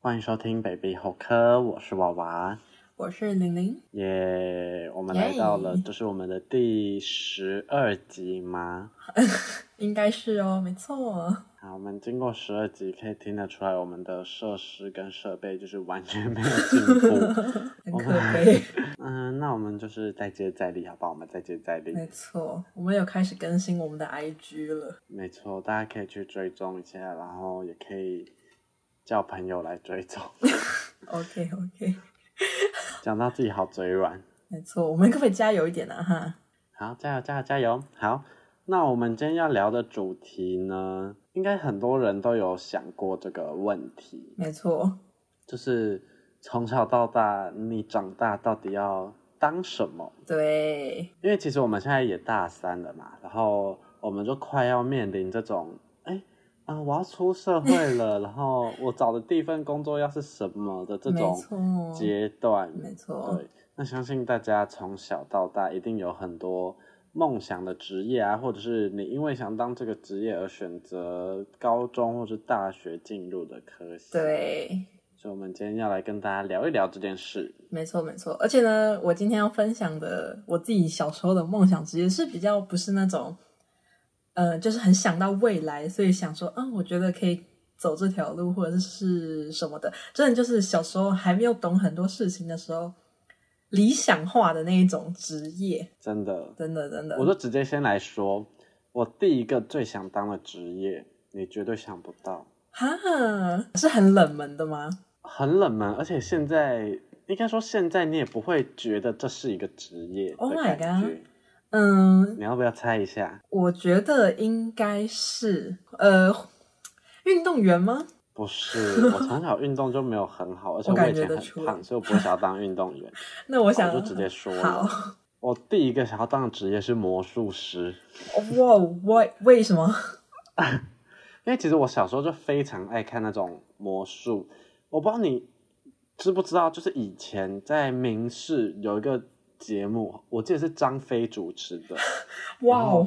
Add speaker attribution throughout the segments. Speaker 1: 欢迎收听《Baby 好科》，我是娃娃，
Speaker 2: 我是玲玲。
Speaker 1: 耶、我们来到了，
Speaker 2: 耶
Speaker 1: 这是我们的第十二集吗？啊
Speaker 2: 应该是哦，没错。
Speaker 1: 好，我们经过十二集，可以听得出来，我们的设施跟设备就是完全没有进 步。
Speaker 2: 很可悲，
Speaker 1: 嗯，那我们就是再接再厉，好不好？我们再接再厉。
Speaker 2: 没错，我们有开始更新我们的 IG 了，
Speaker 1: 没错，大家可以去追踪一下，然后也可以叫朋友来追 踪。
Speaker 2: OK OK，
Speaker 1: 讲到自己好嘴软，
Speaker 2: 没错，我们可不可以加油一点呢、啊？哈，
Speaker 1: 好，加油，加油，加油！好，那我们今天要聊的主题呢，应该很多人都有想过这个问题，
Speaker 2: 没错，
Speaker 1: 就是从小到大，你长大到底要当什么？
Speaker 2: 对，
Speaker 1: 因为其实我们现在也大三了嘛，然后我们就快要面临这种，哎、啊、我要出社会 了，然后我找的第一份工作要是什么的这
Speaker 2: 没
Speaker 1: 种
Speaker 2: 错，
Speaker 1: 阶段。
Speaker 2: 没错
Speaker 1: 对，，那相信大家从小到大一定有很多梦想的职业啊，或者是你因为想当这个职业而选择高中或是大学进入的科系。，
Speaker 2: 对，
Speaker 1: 所以我们今天要来跟大家聊一聊这件事。
Speaker 2: 没错没错。而且呢，我今天要分享的我自己小时候的梦想职业是比较不是那种，呃，就是很想到未来，所以想说，嗯，我觉得可以走这条路或者是什么的。真的就是小时候还没有懂很多事情的时候，理想化的那一种职业，
Speaker 1: 真的，
Speaker 2: 真的真的
Speaker 1: 我，就直接先来说，我第一个最想当的职业，你绝对想不到，
Speaker 2: 哈，是很冷门的吗？
Speaker 1: 很冷门，而且现在应该说现在你也不会觉得这是一个职业的
Speaker 2: Oh my
Speaker 1: 感觉。
Speaker 2: god 嗯，
Speaker 1: 你要不要猜一下？
Speaker 2: 我觉得应该是呃，运动员吗？
Speaker 1: 不是，我从小运动就没有很好，而且
Speaker 2: 我感
Speaker 1: 以前
Speaker 2: 觉得
Speaker 1: 很
Speaker 2: 出
Speaker 1: 胖，
Speaker 2: 来
Speaker 1: 所以我不会想要当运动员。
Speaker 2: 那我
Speaker 1: 我
Speaker 2: 想
Speaker 1: 就直接说了，
Speaker 2: 好。
Speaker 1: 我第一个想要当的职业是魔术师，
Speaker 2: 哇，为为什么？
Speaker 1: 因为其实我小时候就非常爱看那种魔术。我不知道你知不知道，就是以前在明视有一个节目，我记得是张飞主持的，
Speaker 2: 哇哦，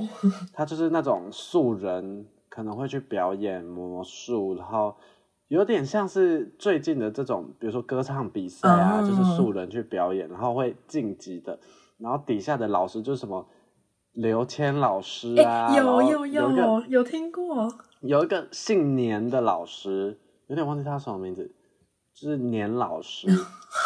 Speaker 1: 他就是那种素人可能会去表演魔术，然后有点像是最近的这种，比如说歌唱比赛啊，
Speaker 2: 嗯
Speaker 1: 就是素人去表演，然后会晋级的，然后底下的老师就是什么刘谦老师啊，
Speaker 2: 哎，
Speaker 1: 然后
Speaker 2: 有
Speaker 1: 有
Speaker 2: 有
Speaker 1: 一个
Speaker 2: 有有听过，
Speaker 1: 有一个姓年的老师，有点忘记他什么名字，就是年老 师。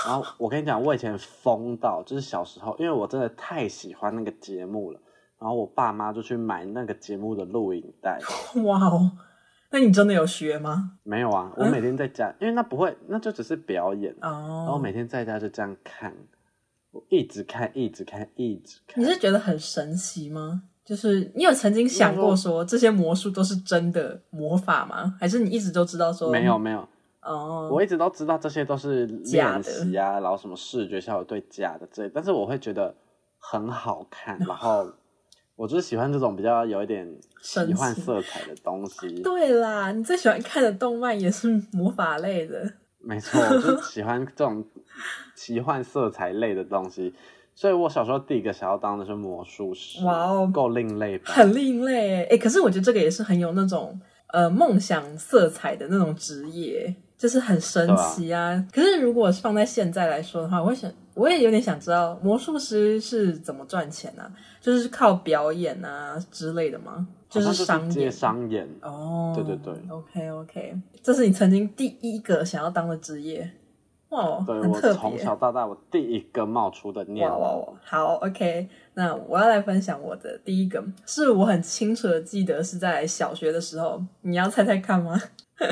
Speaker 1: 然后我跟你讲，我以前疯到，就是小时候，因为我真的太喜欢那个节目了，然后我爸妈就去买那个节目的录影带。
Speaker 2: 哇哦，那你真的有学吗？
Speaker 1: 没有啊，我每天在家，因为那不会，那就只是表演。然后
Speaker 2: 嗯哦，
Speaker 1: 每天在家就这样看，我一直看，一直看，一直看。
Speaker 2: 你是觉得很神奇吗？就是你有曾经想
Speaker 1: 没有
Speaker 2: 过说这些魔术都是真的魔法吗？还是你一直都知道说
Speaker 1: 没有？没有，
Speaker 2: 哦，
Speaker 1: 我一直都知道这些都是练习啊，然后什么视觉效果对假的之类，但是我会觉得很好看，然后我就是喜欢这种比较有一点奇幻色彩的东西。
Speaker 2: 对啦，你最喜欢看的动漫也是魔法类的，
Speaker 1: 没错，我就是喜欢这种奇幻色彩类的东西，所以我小时候第一个想要当的是魔术师。
Speaker 2: 哇哦
Speaker 1: 够另类吧？
Speaker 2: 很另类诶。诶可是我觉得这个也是很有那种呃梦想色彩的那种职业，就是很神奇啊。可是如果是放在现在来说的话，我会想，我也有点想知道魔术师是怎么赚钱啊？就是靠表演啊之类的吗？
Speaker 1: 好像
Speaker 2: 是
Speaker 1: 就是
Speaker 2: 商
Speaker 1: 接
Speaker 2: 业。
Speaker 1: 商演。
Speaker 2: 哦，
Speaker 1: 对对对
Speaker 2: ，OK OK，这是你曾经第一个想要当的职业，哇哦，
Speaker 1: 对
Speaker 2: 很
Speaker 1: 我
Speaker 2: 特
Speaker 1: 从
Speaker 2: 别。
Speaker 1: 小到大，我第一个冒出的念
Speaker 2: 哇哦哇哇！好，OK，那我要来分享我的第一个，是我很清楚的记得是在小学的时候，你要猜猜 看吗？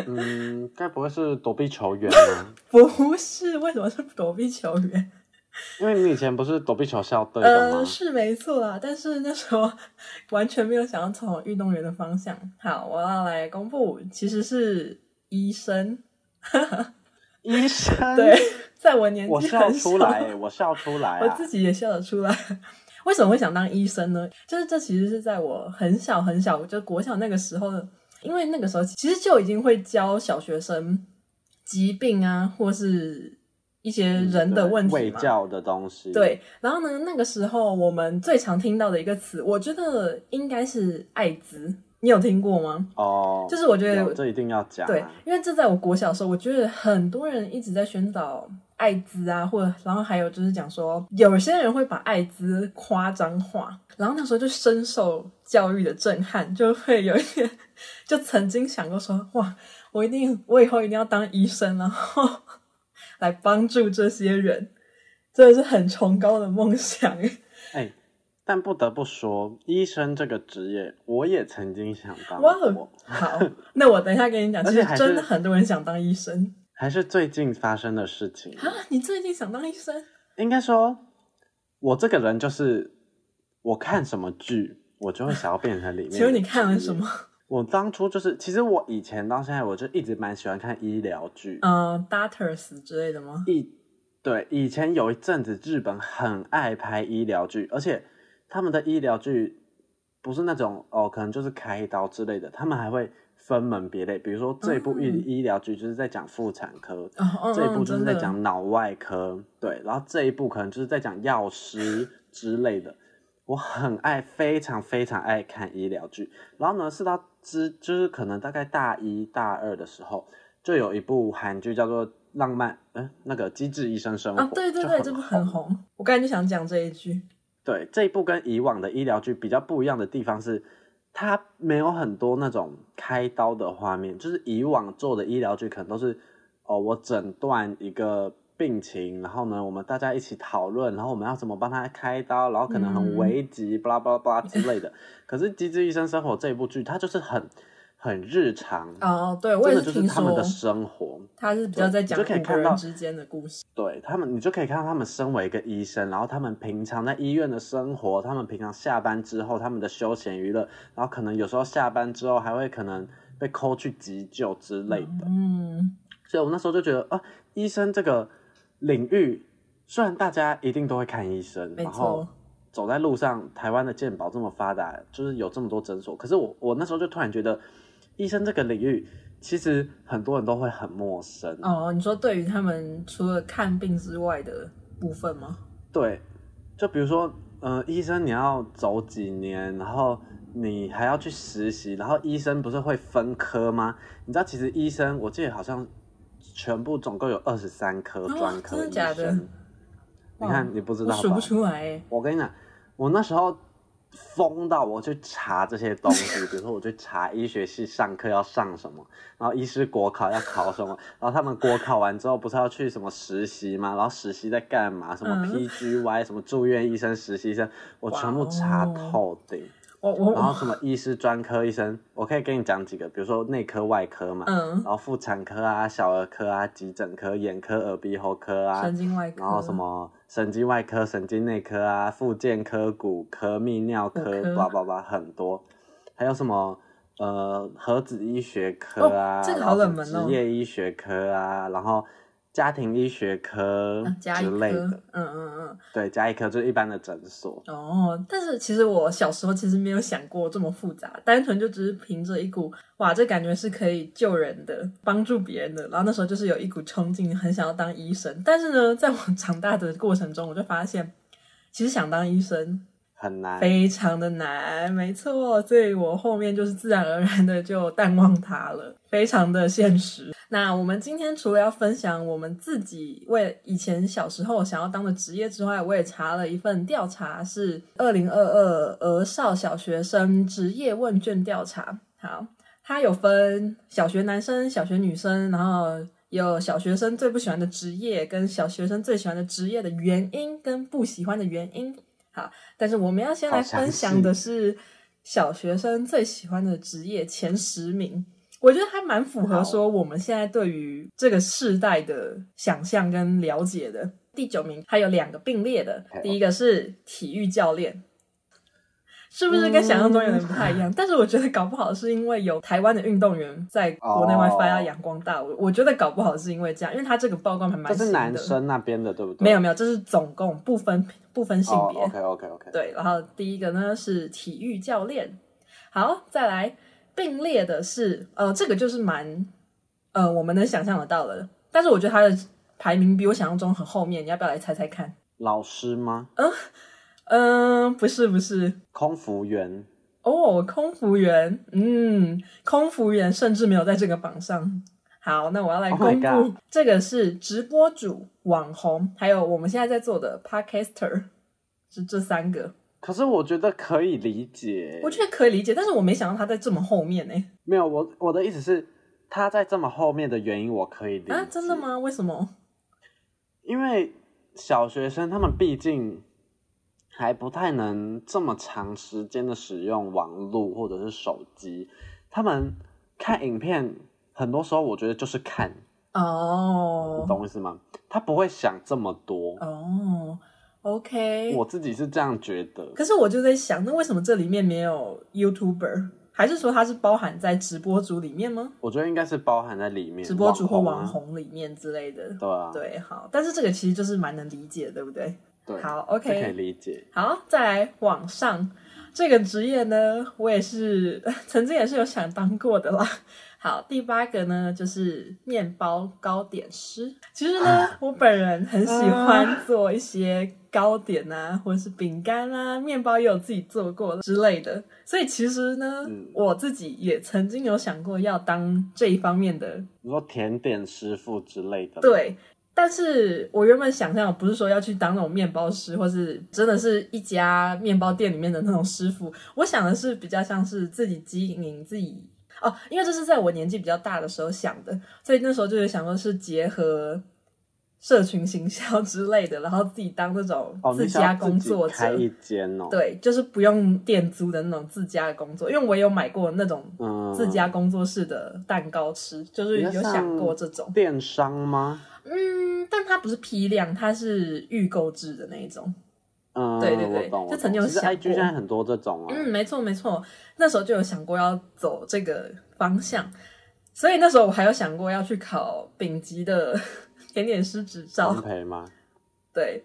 Speaker 1: 嗯，该不会是躲避球员吧？
Speaker 2: 不是，为什么是躲避球员？
Speaker 1: 因为你以前不是躲避球校队的吗？
Speaker 2: 呃，是没错啦，但是那时候完全没有想要从运动员的方向。好，我要来公布，其实是医生。
Speaker 1: 医生，
Speaker 2: 对，在我年纪
Speaker 1: 我
Speaker 2: 很
Speaker 1: 笑
Speaker 2: 小
Speaker 1: 出来，我笑出来
Speaker 2: 我
Speaker 1: 啊！
Speaker 2: 自己也笑得出来。 为什么会想当医生呢？就是这其实是在我很小很小，就国小那个时候的，因为那个时候其实就已经会教小学生疾病啊，或是一些人的问题
Speaker 1: 卫
Speaker 2: 嘛。
Speaker 1: 嗯教的东西，，
Speaker 2: 对，然后呢，那个时候我们最常听到的一个词，我觉得应该是艾滋，你有听过吗？
Speaker 1: 哦，
Speaker 2: 就是我觉得
Speaker 1: 有这一定要讲、啊，
Speaker 2: 对，因为这在我国小的时候，我觉得很多人一直在宣导艾滋啊，或者然后还有就是讲说，有些人会把艾滋夸张化，然后那时候就深受教育的震撼，就会有一点，就曾经想过说，哇，我一定我以后一定要当医生，然后 来帮助这些人，真的是很崇高的梦想。
Speaker 1: 哎、但不得不说，医生这个职业，我也曾经想当
Speaker 2: 哇哦
Speaker 1: 过，
Speaker 2: 好，那我等一下跟你讲，
Speaker 1: 而
Speaker 2: 其
Speaker 1: 且
Speaker 2: 实
Speaker 1: 还是
Speaker 2: 真的很多人想当医生
Speaker 1: 还是最近发生的事情。
Speaker 2: 啊！你最近想当医生？
Speaker 1: 应该说，我这个人就是，我看什么剧，我就会想要变成里面。
Speaker 2: 请问你看了什？么？
Speaker 1: 我当初就是，其实我以前到现在，我就一直蛮喜欢看医疗剧。
Speaker 2: 嗯 d a t e r s 之类的吗？
Speaker 1: 以对以前有一阵子，日本很爱拍医疗剧，而且他们的医疗剧不是那种哦，可能就是开刀之类的，他们还会分门别类。比如说这部医
Speaker 2: 嗯
Speaker 1: 医疗剧就是在讲妇产科，
Speaker 2: 哦，嗯
Speaker 1: 这一部
Speaker 2: 嗯
Speaker 1: 就是
Speaker 2: 真
Speaker 1: 在
Speaker 2: 的
Speaker 1: 讲脑外科，对，然后这一部可能就是在讲药 师之类的。我很爱，非常非常爱看医疗剧。然后呢，是到之就是可能大概大一大二的时候，就有一部韩剧叫做《浪漫》，嗯，那个《机智医生生活》
Speaker 2: 啊，对对
Speaker 1: 就
Speaker 2: 对，这部很
Speaker 1: 红
Speaker 2: 红。我刚才就想讲这一句，
Speaker 1: 对，这一部跟以往的医疗剧比较不一样的地方是，它没有很多那种开刀的画面，就是以往做的医疗剧可能都是，哦，我诊断一个病情，然后呢，我们大家一起讨论，然后我们要怎么帮他开刀，然后可能很
Speaker 2: 嗯
Speaker 1: 危急，巴拉巴拉巴拉之类的。可是《机智医生生活》这一部剧，它就是很很日常，
Speaker 2: 哦，对我
Speaker 1: 真
Speaker 2: 也
Speaker 1: 的就是
Speaker 2: 听
Speaker 1: 他们
Speaker 2: 说
Speaker 1: 的，生活。
Speaker 2: 他是比较在讲
Speaker 1: 对你就可以
Speaker 2: 五个
Speaker 1: 看到
Speaker 2: 人之间的故事。
Speaker 1: 对他们，你就可以看到他们身为一个医生，然后他们平常在医院的生活，他们平常下班之后他们的休闲娱乐，然后可能有时候下班之后还会可能被抠去急救之类的。
Speaker 2: 嗯，
Speaker 1: 所以我那时候就觉得啊，医生这个领域，虽然大家一定都会看医生，
Speaker 2: 没
Speaker 1: 然后
Speaker 2: 错，
Speaker 1: 走在路上，台湾的健保这么发达，就是有这么多诊所，可是我我那时候就突然觉得，医生这个领域其实很多人都会很陌生。
Speaker 2: 哦，你说对于他们除了看病之外的部分吗？
Speaker 1: 对，就比如说，呃，医生你要走几年，然后你还要去实习，然后医生不是会分科吗？你知道，其实医生我记得好像全部总共有二十三科
Speaker 2: 哦
Speaker 1: 专科
Speaker 2: 真的
Speaker 1: 医
Speaker 2: 假的
Speaker 1: 生。你
Speaker 2: 哇
Speaker 1: 看，你不知
Speaker 2: 我
Speaker 1: 道
Speaker 2: 数
Speaker 1: 吧
Speaker 2: 不？出来耶。
Speaker 1: 我跟你讲，我那时候疯到我去查这些东西，比如说我去查医学系上课要上什么，然后医师国考要考什么，然后他们国考完之后不是要去什么实习吗？然后实习在干嘛？什么
Speaker 2: 嗯
Speaker 1: PGY，、什么住院医生、实习生，我全部查
Speaker 2: 哇哦
Speaker 1: 透顶。
Speaker 2: 我我
Speaker 1: 然后
Speaker 2: 我，
Speaker 1: 什么医师专科医生，我可以跟你讲几个，比如说内科、外科嘛，
Speaker 2: 嗯
Speaker 1: 然，后妇产科啊、小儿科啊、急诊科、眼科、耳鼻喉科啊，
Speaker 2: 神经外科，
Speaker 1: 然后什
Speaker 2: 嗯
Speaker 1: 么神经外科、神经内科啊、复健科、骨科、泌尿
Speaker 2: 骨科
Speaker 1: 科，叭叭叭，很多，还有什么呃核子医学科
Speaker 2: 哦
Speaker 1: 啊，
Speaker 2: 这个
Speaker 1: 然
Speaker 2: 好
Speaker 1: 后什
Speaker 2: 冷
Speaker 1: 么
Speaker 2: 门哦
Speaker 1: 职业医学科啊，然后家庭医学科
Speaker 2: 啊，加一
Speaker 1: 之
Speaker 2: 科，
Speaker 1: 类
Speaker 2: 嗯
Speaker 1: 的，
Speaker 2: 嗯嗯。
Speaker 1: 对，加一科就是一般的诊所，
Speaker 2: 哦，但是其实我小时候其实没有想过这么复杂，单纯就只是凭着一股哇，这感觉是可以救人的、帮助别人的。然后那时候就是有一股冲劲，很想要当医生。但是呢，在我长大的过程中，我就发现，其实想当医生
Speaker 1: 很难。
Speaker 2: 非常的难，没错，所以我后面就是自然而然的就淡忘它了，非常的现实。那我们今天除了要分享我们自己为以前小时候想要当的职业之外，我也查了一份调查，是二零二二俄少小学生职业问卷调查。好，它有分小学男生、小学女生，然后也有小学生最不喜欢的职业，跟小学生最喜欢的职业的原因，跟不喜欢的原因。好，但是我们要先来
Speaker 1: 好详
Speaker 2: 分
Speaker 1: 细
Speaker 2: 享的是小学生最喜欢的职业前十名。我觉得还蛮符合
Speaker 1: 好
Speaker 2: 说我们现在对于这个世代的想象跟了解的。第九名还有两个并列的
Speaker 1: 好，
Speaker 2: 第一个是体育教练，是不是跟想象中有点不太一样？但是我觉得搞不好是因为有台湾的运动员在国内外
Speaker 1: 哦
Speaker 2: 发扬阳光大，我我觉得搞不好是因为这样，因为他这个报告还蛮
Speaker 1: 这是
Speaker 2: 新
Speaker 1: 男
Speaker 2: 的
Speaker 1: 生那边的，对不对？
Speaker 2: 没有没有，这是总共不分不分性
Speaker 1: 哦
Speaker 2: 别。
Speaker 1: ，OK OK OK，
Speaker 2: 对，然后第一个呢是体育教练，好，再来并列的是呃，这个就是蛮呃我们能想象得到的，但是我觉得它的排名比我想象中很后面，你要不要来猜猜看？
Speaker 1: 老师吗？
Speaker 2: 呃嗯，不是不是，
Speaker 1: 空服员？
Speaker 2: 哦，空服员，嗯，空服员甚至没有在这个榜上。好，那我要来
Speaker 1: Oh
Speaker 2: 公
Speaker 1: my
Speaker 2: 布
Speaker 1: God
Speaker 2: 这个是直播主、网红，还有我们现在在做的 podcaster，是这三个，
Speaker 1: 可是我觉得可以理解。
Speaker 2: 我觉得可以理解，但是我没想到他在这么后面呢、
Speaker 1: 没有，我我的意思是，他在这么后面的原因我可以理解。
Speaker 2: 啊，真的？吗？为什么？
Speaker 1: 因为小学生他们毕竟还不太能这么长时间的使用网络或者是手机，他们看影片很多时候我觉得就是看，
Speaker 2: 哦
Speaker 1: 你懂我意思吗？他不会想这么多。
Speaker 2: 哦，OK，
Speaker 1: 我自己是这样觉得，
Speaker 2: 可是我就在想，那为什么这里面没有 YouTuber？还是说它是包含在直播主里面吗？
Speaker 1: 我觉得应该是包含在里面。
Speaker 2: 直播主或网
Speaker 1: 红啊
Speaker 2: 红里面之类的？
Speaker 1: 啊，对啊，
Speaker 2: 对，好，但是这个其实就是蛮能理解，对不对？
Speaker 1: 对，
Speaker 2: 好
Speaker 1: 这可以
Speaker 2: ，OK，
Speaker 1: 理解。
Speaker 2: 好，再来往上这个职业呢，我也是 曾经也是有想当过的啦。好，第八个呢就是面包糕点师。其实呢，
Speaker 1: 啊
Speaker 2: 我本人很喜欢做一些糕点啊，或者是饼干啊，面包也有自己做过之类的。所以其实呢，
Speaker 1: 嗯
Speaker 2: 我自己也曾经有想过要当这一方面的
Speaker 1: 你说甜点师傅之类的，，
Speaker 2: 对，但是我原本想象不是说要去当那种面包师，或是真的是一家面包店里面的那种师傅，我想的是比较像是自己经营自己。哦，因为这是在我年纪比较大的时候想的，所以那时候就是想说是结合社群行销 之类的，然后自己当那种
Speaker 1: 哦，
Speaker 2: 自
Speaker 1: 你想要
Speaker 2: 家工
Speaker 1: 自己
Speaker 2: 作者，
Speaker 1: 开一间哦，，
Speaker 2: 对，就是不用店租的那种自家的工作，因为我有买过那种
Speaker 1: 嗯，
Speaker 2: 自家工作室的蛋糕吃，就是
Speaker 1: 比较
Speaker 2: 有想
Speaker 1: 像
Speaker 2: 过这种。
Speaker 1: 电商吗？
Speaker 2: 嗯，但它不是批量，它是预购制的那一种。
Speaker 1: 嗯，
Speaker 2: 对对对
Speaker 1: 我懂，我
Speaker 2: 就
Speaker 1: 懂
Speaker 2: 曾经有
Speaker 1: 其实
Speaker 2: 想
Speaker 1: IG
Speaker 2: 过
Speaker 1: 现在很多这种啊，
Speaker 2: 嗯，没错没错，那时候就有想过要走这个方向，所以那时候我还有想过要去考丙级的 甜点师执
Speaker 1: 烘
Speaker 2: 照。
Speaker 1: 焙吗？
Speaker 2: 对，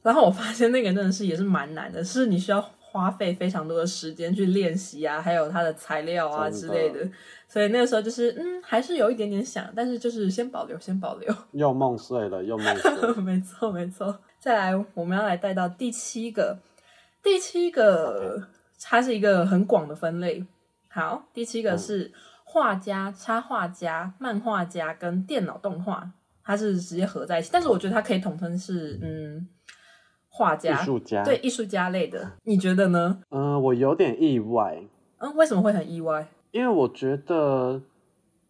Speaker 2: 然后我发现那个真的是也是蛮难的，是你需要花费非常多的时间去练习啊，还有它的材料啊
Speaker 1: 真
Speaker 2: 之
Speaker 1: 的
Speaker 2: 类的。所以那个时候就是，嗯，还是有一点点想，但是就是先保留，先保留。
Speaker 1: 又梦碎了，又梦碎了，
Speaker 2: 没错，没错。再来，我们要来带到第七个，第七个它是一个很广的分类。好，第七个
Speaker 1: 嗯
Speaker 2: 是画家、插画家、漫画家跟电脑动画，它是直接合在一起。但是我觉得它可以统称是嗯，画
Speaker 1: 艺
Speaker 2: 家
Speaker 1: 术家，
Speaker 2: 对，艺术家类的。你觉得呢？
Speaker 1: 嗯，我有点意外，
Speaker 2: 嗯，为什么会很意外？
Speaker 1: 因为我觉得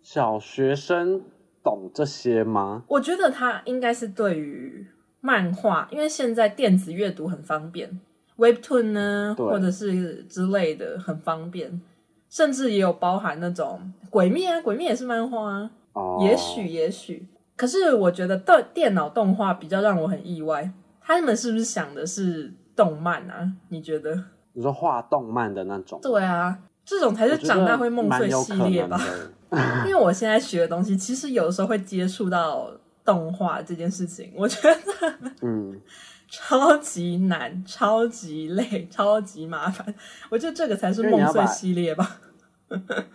Speaker 1: 小学生懂这些吗？
Speaker 2: 我觉得它应该是对于漫画，因为现在电子阅读很方便，Webtoon 呢，
Speaker 1: 对
Speaker 2: 或者是之类的很方便，甚至也有包含那种《鬼灭》啊，《鬼灭》也是漫画啊，
Speaker 1: 哦，
Speaker 2: 也许也许。可是我觉得电电脑动画比较让我很意外，他们是不是想的是动漫啊？你觉得？
Speaker 1: 你说画动漫的那种，
Speaker 2: 对啊，这种才
Speaker 1: 我
Speaker 2: 是
Speaker 1: 觉
Speaker 2: 长大
Speaker 1: 得
Speaker 2: 会梦
Speaker 1: 蛮
Speaker 2: 碎
Speaker 1: 有
Speaker 2: 系
Speaker 1: 可
Speaker 2: 列
Speaker 1: 能
Speaker 2: 吧？
Speaker 1: 的
Speaker 2: 因为我现在学的东西，其实有的时候会接触到动画这件事情，我觉得
Speaker 1: 嗯，
Speaker 2: 超级难、超级累、超级麻烦。 我觉得这个才是梦碎系列吧。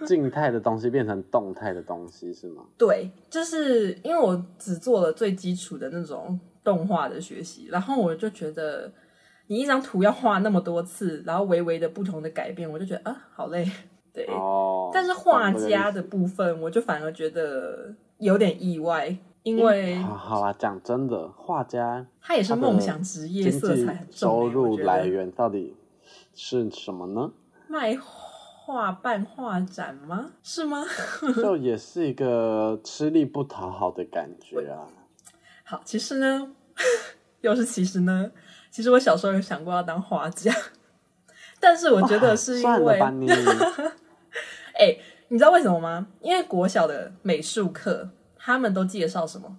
Speaker 1: 静态的东西变成动态的东西是吗？
Speaker 2: 对，就是因为我只做了最基础的那种动画的学习，然后我就觉得你一张图要画那么多次，然后微微的不同的改变，我就觉得啊，好累。 对，
Speaker 1: 哦，
Speaker 2: 但是画
Speaker 1: 懂这个意
Speaker 2: 家
Speaker 1: 思
Speaker 2: 的部分，我就反而觉得有点意外，因为
Speaker 1: 好好啦，讲真的，画家
Speaker 2: 它也是
Speaker 1: 他的
Speaker 2: 梦想职业，
Speaker 1: 经
Speaker 2: 色
Speaker 1: 济
Speaker 2: 彩很重、
Speaker 1: 收
Speaker 2: 欸。我
Speaker 1: 入
Speaker 2: 觉
Speaker 1: 来
Speaker 2: 得
Speaker 1: 源到底是什么 呢？
Speaker 2: 卖画办画展吗？是吗？
Speaker 1: 就也是一个吃力不讨好的感觉啊。
Speaker 2: 好，其实呢，又是其实呢，其实我小时候有想过要当画家，但是我觉得是因
Speaker 1: 算
Speaker 2: 为
Speaker 1: 了，吧 你，
Speaker 2: 哎、你知道为什么吗？因为国小的美术课，他们都介绍什么？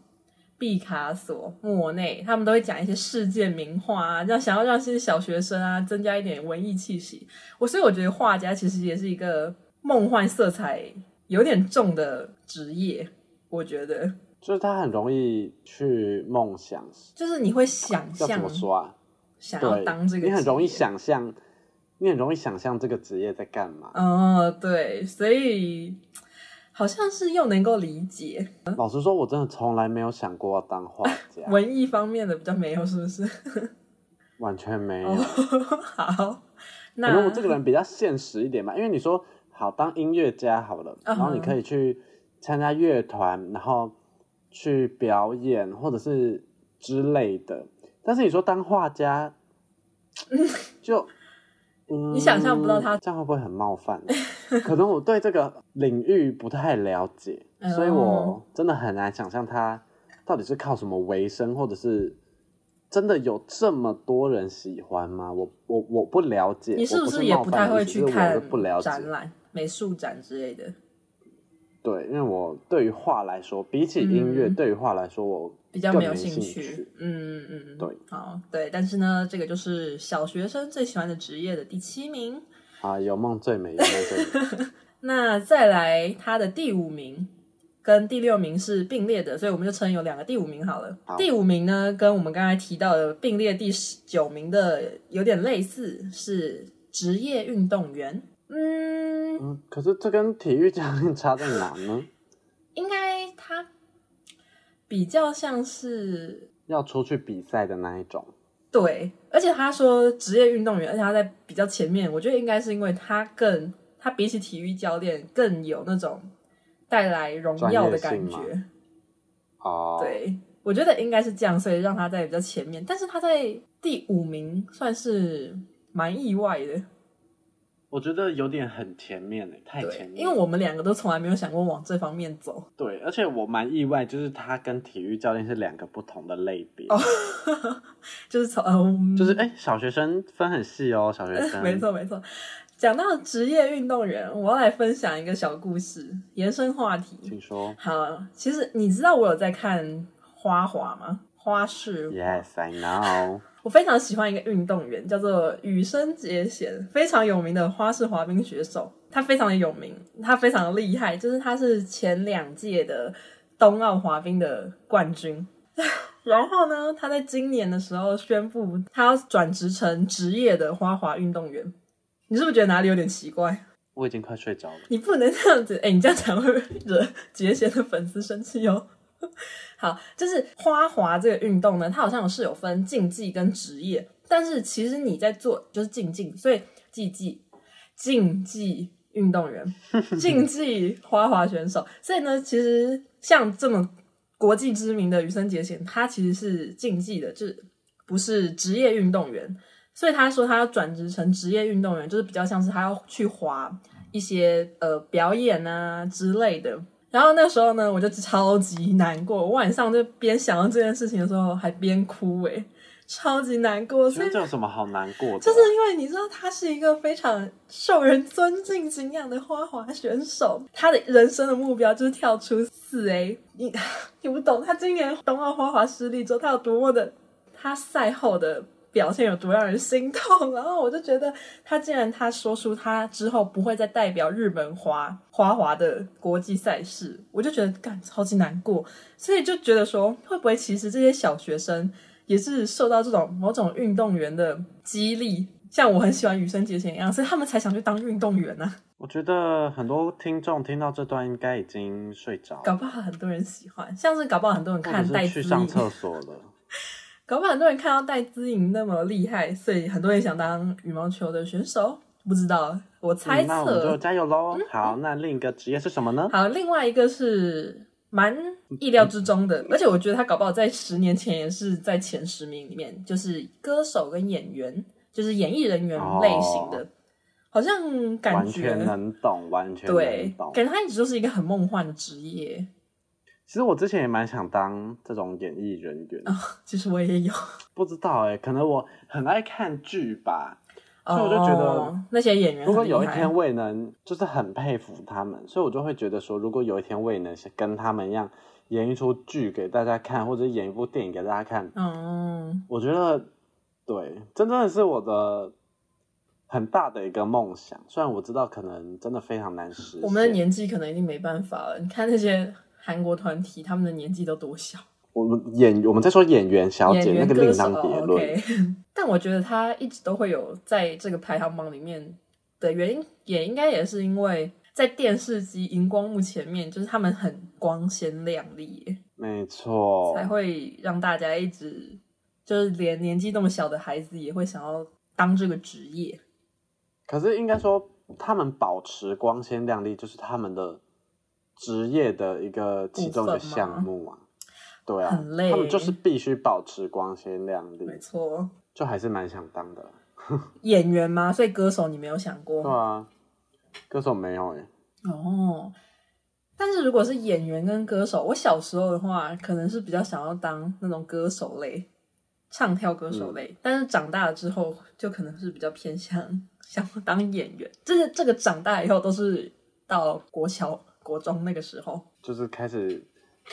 Speaker 2: 毕卡索、莫内，他们都会讲一些世界名画啊，让想要让这些小学生啊增加一点文艺气息。我所以我觉得画家其实也是一个梦幻色彩有点重的职业，我觉得
Speaker 1: 就是他很容易去梦想，
Speaker 2: 就是你会想
Speaker 1: 要怎
Speaker 2: 象
Speaker 1: 么说啊？
Speaker 2: 想要当这
Speaker 1: 对，
Speaker 2: 个，
Speaker 1: 你很容易。想象，你很容易想象这个职业在干嘛。
Speaker 2: 哦，对，所以好像是又能够理解
Speaker 1: 老实说，我真的从来没有想过要当画家，
Speaker 2: 文艺方面的比较没有，是不是？
Speaker 1: 完全没有。
Speaker 2: 哦，好，那
Speaker 1: 可能我这个人比较现实一点吧，因为你说好当音乐家好了，然
Speaker 2: 嗯
Speaker 1: 后你可以去参加乐团，然后去表演或者是之类的。但是你说当画家， 就、嗯
Speaker 2: 你想象不到他
Speaker 1: 这样会不会很冒犯？啊 可能我对这个领域不太了解，
Speaker 2: 哦
Speaker 1: 所以我真的很难想象他到底是靠什么为生，或者是真的有这么多人喜欢吗？我我我不了解，
Speaker 2: 你是
Speaker 1: 我
Speaker 2: 不
Speaker 1: 不
Speaker 2: 也
Speaker 1: 冒
Speaker 2: 不
Speaker 1: 犯
Speaker 2: 太
Speaker 1: 你
Speaker 2: 会
Speaker 1: 只
Speaker 2: 去
Speaker 1: 是我
Speaker 2: 看
Speaker 1: 是不了解，
Speaker 2: 展览、美术展之类的，
Speaker 1: 对，因为我对于画来说，比起音乐，
Speaker 2: 嗯
Speaker 1: 对于画来说，我
Speaker 2: 比较
Speaker 1: 更
Speaker 2: 有
Speaker 1: 没
Speaker 2: 兴
Speaker 1: 兴
Speaker 2: 趣。嗯嗯嗯，
Speaker 1: 对，
Speaker 2: 好对，但是呢，这个就是小学生最喜欢的职业的第七名。
Speaker 1: 啊，有梦最美，有梦最美。
Speaker 2: 那再来，他的第五名跟第六名是并列的，所以我们就称有两个第五名好了。
Speaker 1: 好
Speaker 2: 第五名呢，跟我们刚才提到的并列第十九名的有点类似，是职业运动员。嗯，
Speaker 1: 嗯，可是这跟体育教练差在哪呢？
Speaker 2: 应该他比较像是
Speaker 1: 要出去比赛的那一种，
Speaker 2: 对，而且他说职业运动员，而且他在比较前面，我觉得应该是因为他更他比起体育教练更有那种带来荣耀的感
Speaker 1: 专业性
Speaker 2: 觉。
Speaker 1: 哦，，
Speaker 2: 对，我觉得应该是这样，所以让他在比较前面，但是他在第五名算是蛮意外的，
Speaker 1: 我觉得有点很前面嘞，太前
Speaker 2: 对，
Speaker 1: 面。
Speaker 2: 因为我们两个都从来没有想过往这方面走。
Speaker 1: 对，而且我蛮意外，就是他跟体育教练是两个不同的类别，
Speaker 2: 哦就是从、嗯、
Speaker 1: 就是哎、小学生分很细哦，小学生，
Speaker 2: 没，错没错。讲到职业运动员，我要来分享一个小故事，延伸话题。
Speaker 1: 请说。
Speaker 2: 好，其实你知道我有在看花滑吗？花式
Speaker 1: Yes, I know。
Speaker 2: 我非常喜欢一个运动员，叫做羽生结弦，非常有名的花式滑冰选手。他非常的有名，他非常的厉害，就是他是前两届的冬奥滑冰的冠军。 然后呢，他在今年的时候宣布他要转职成职业的花滑运动员。你是不是觉得哪里有点奇怪？
Speaker 1: 我已经快睡着了。
Speaker 2: 你不能这样子，哎、你这样讲会不会惹杰贤的粉丝生气哦？ 好，就是花滑这个运动呢，它好像是有分竞技跟职业，但是其实你在做就是竞技，所以竞技竞技运动员、竞技花滑选手，所以呢，其实像这么国际知名的羽生结弦，他其实是竞技的，就是不是职业运动员，所以他说他要转职成职业运动员，就是比较像是他要去滑一些呃表演啊之类的。然后那时候呢，我就超级难过，我晚上就边想到这件事情的时候，还边哭诶、超级难过。
Speaker 1: 其
Speaker 2: 所以
Speaker 1: 实这有什么好难过的啊？
Speaker 2: 就是因为你知道他是一个非常受人尊敬敬仰的花滑选手，他的人生的目标就是跳出四 A。你 你不懂他今年冬奥花滑失利之后，他有多么的，他赛后的表现有多让人心痛。然后我就觉得，他既然他说出他之后不会再代表日本滑花滑的国际赛事，我就觉得干超级难过，所以就觉得说，会不会其实这些小学生也是受到这种某种运动员的激励，像我很喜欢羽生结弦一样，所以他们才想去当运动员呢、啊
Speaker 1: 我觉得很多听众听到这段应该已经睡着
Speaker 2: 搞
Speaker 1: 了，
Speaker 2: 不好很多人喜欢，像是搞不好很多人
Speaker 1: 或
Speaker 2: 看
Speaker 1: 者
Speaker 2: 戴
Speaker 1: 哦是去
Speaker 2: 资颖
Speaker 1: 上，厕所 了。嗯
Speaker 2: 搞不好很多人看到戴资颖那么厉害，所以很多人想当羽毛球的选手。不知道，我猜
Speaker 1: 嗯那我们就
Speaker 2: 测。嗯
Speaker 1: 加油喽！好，那另一个职业是什么呢？
Speaker 2: 好，另外一个是蛮意料之中
Speaker 1: 嗯
Speaker 2: 的，而且我觉得他搞不好在十年前也是在前十名里面，就是歌手跟演员，就是演艺人员类型的，好像感
Speaker 1: 哦完
Speaker 2: 觉
Speaker 1: 全能懂，完全能
Speaker 2: 对，
Speaker 1: 懂。
Speaker 2: 感觉他一直就是一个很梦幻的职业。
Speaker 1: 其实我之前也蛮想当这种演艺人员，
Speaker 2: 其实我也有，
Speaker 1: 不知道哎、可能我很爱看剧吧。
Speaker 2: 哦，
Speaker 1: 所以我就觉得
Speaker 2: 那些演员
Speaker 1: 如
Speaker 2: 很厉害，
Speaker 1: 果有一天我也能，就是很佩服他们，所以我就会觉得说，如果有一天我也能跟他们一样演一出剧给大家看，或者演一部电影给大家看，
Speaker 2: 嗯，
Speaker 1: 我觉得对，这真的是我的很大的一个梦想。虽然我知道可能真的非常难实现，
Speaker 2: 我们的年纪可能已经没办法了。你看那些韩国团体，他们的年纪都多小，
Speaker 1: 我们演我们在说演员小
Speaker 2: 演
Speaker 1: 姐那
Speaker 2: 员、
Speaker 1: 个
Speaker 2: 歌
Speaker 1: 另
Speaker 2: 手
Speaker 1: 当别论。
Speaker 2: OK，但 我觉得他一直都会有在这个排行榜里面的原因，也应该也是因为在电视机荧光幕前面，就是他们很光鲜亮丽耶，
Speaker 1: 没错，
Speaker 2: 才会让大家一直就是连年纪那么小的孩子也会想要当这个职业。
Speaker 1: 可是应该说，他们保持光鲜亮丽，就是他们的职业的一个其中的项目啊。对啊，
Speaker 2: 很累
Speaker 1: 他们就是必须保持光鲜亮丽，
Speaker 2: 没错，
Speaker 1: 就还是蛮想当的。
Speaker 2: 演员吗？所以歌手你没有想过
Speaker 1: 对啊，歌手没有哎，
Speaker 2: 哦，但是如果是演员跟歌手，我小时候的话，可能是比较想要当那种歌手类，唱跳歌手类。但是长大了之后，就可能是比较偏向想要当演员。这个这个长大以后都是到国小、国中那个时候。
Speaker 1: 就是开始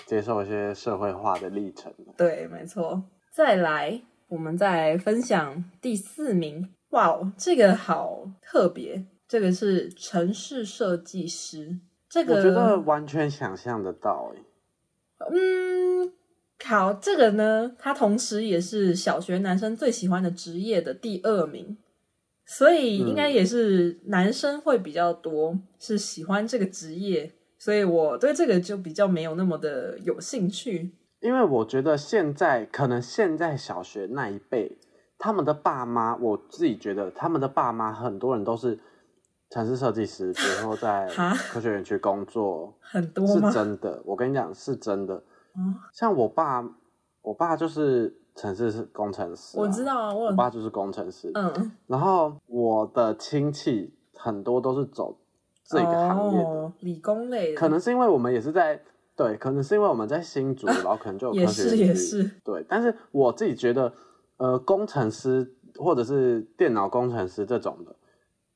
Speaker 1: 接受一些社会化的历程了。
Speaker 2: 对，没错。再来，我们再分享第四名。哇哦，这个好特别，这个是城市设计师。这个
Speaker 1: 我觉得完全想象得到哎，
Speaker 2: 嗯，好，这个呢，它同时也是小学男生最喜欢的职业的第二名，所以应
Speaker 1: 嗯
Speaker 2: 该也是男生会比较多，是喜欢这个职业，所以我对这个就比较没有那么的有兴趣。
Speaker 1: 因为我觉得现在可能现在小学那一辈，他们的爸妈，我自己觉得他们的爸妈很多人都是城市设计师，比如说在
Speaker 2: 哈
Speaker 1: 科学园区工作，
Speaker 2: 很 多
Speaker 1: 是
Speaker 2: 吗？
Speaker 1: 真的。我跟你讲是真的。
Speaker 2: 嗯
Speaker 1: 像我爸，我爸就是城市工程师、
Speaker 2: 我知，道啊，我
Speaker 1: 我
Speaker 2: 有
Speaker 1: 爸就是工程师。
Speaker 2: 嗯，
Speaker 1: 然后我的亲戚很多都是走这个行业的，
Speaker 2: 哦、理工类的，
Speaker 1: 可能是因为我们也是在对，可能是因为我们在新竹，然后可能就有
Speaker 2: 也
Speaker 1: 科学
Speaker 2: 是
Speaker 1: 园
Speaker 2: 也
Speaker 1: 区
Speaker 2: 是，
Speaker 1: 对，但是我自己觉得，呃，工程师或者是电脑工程师这种的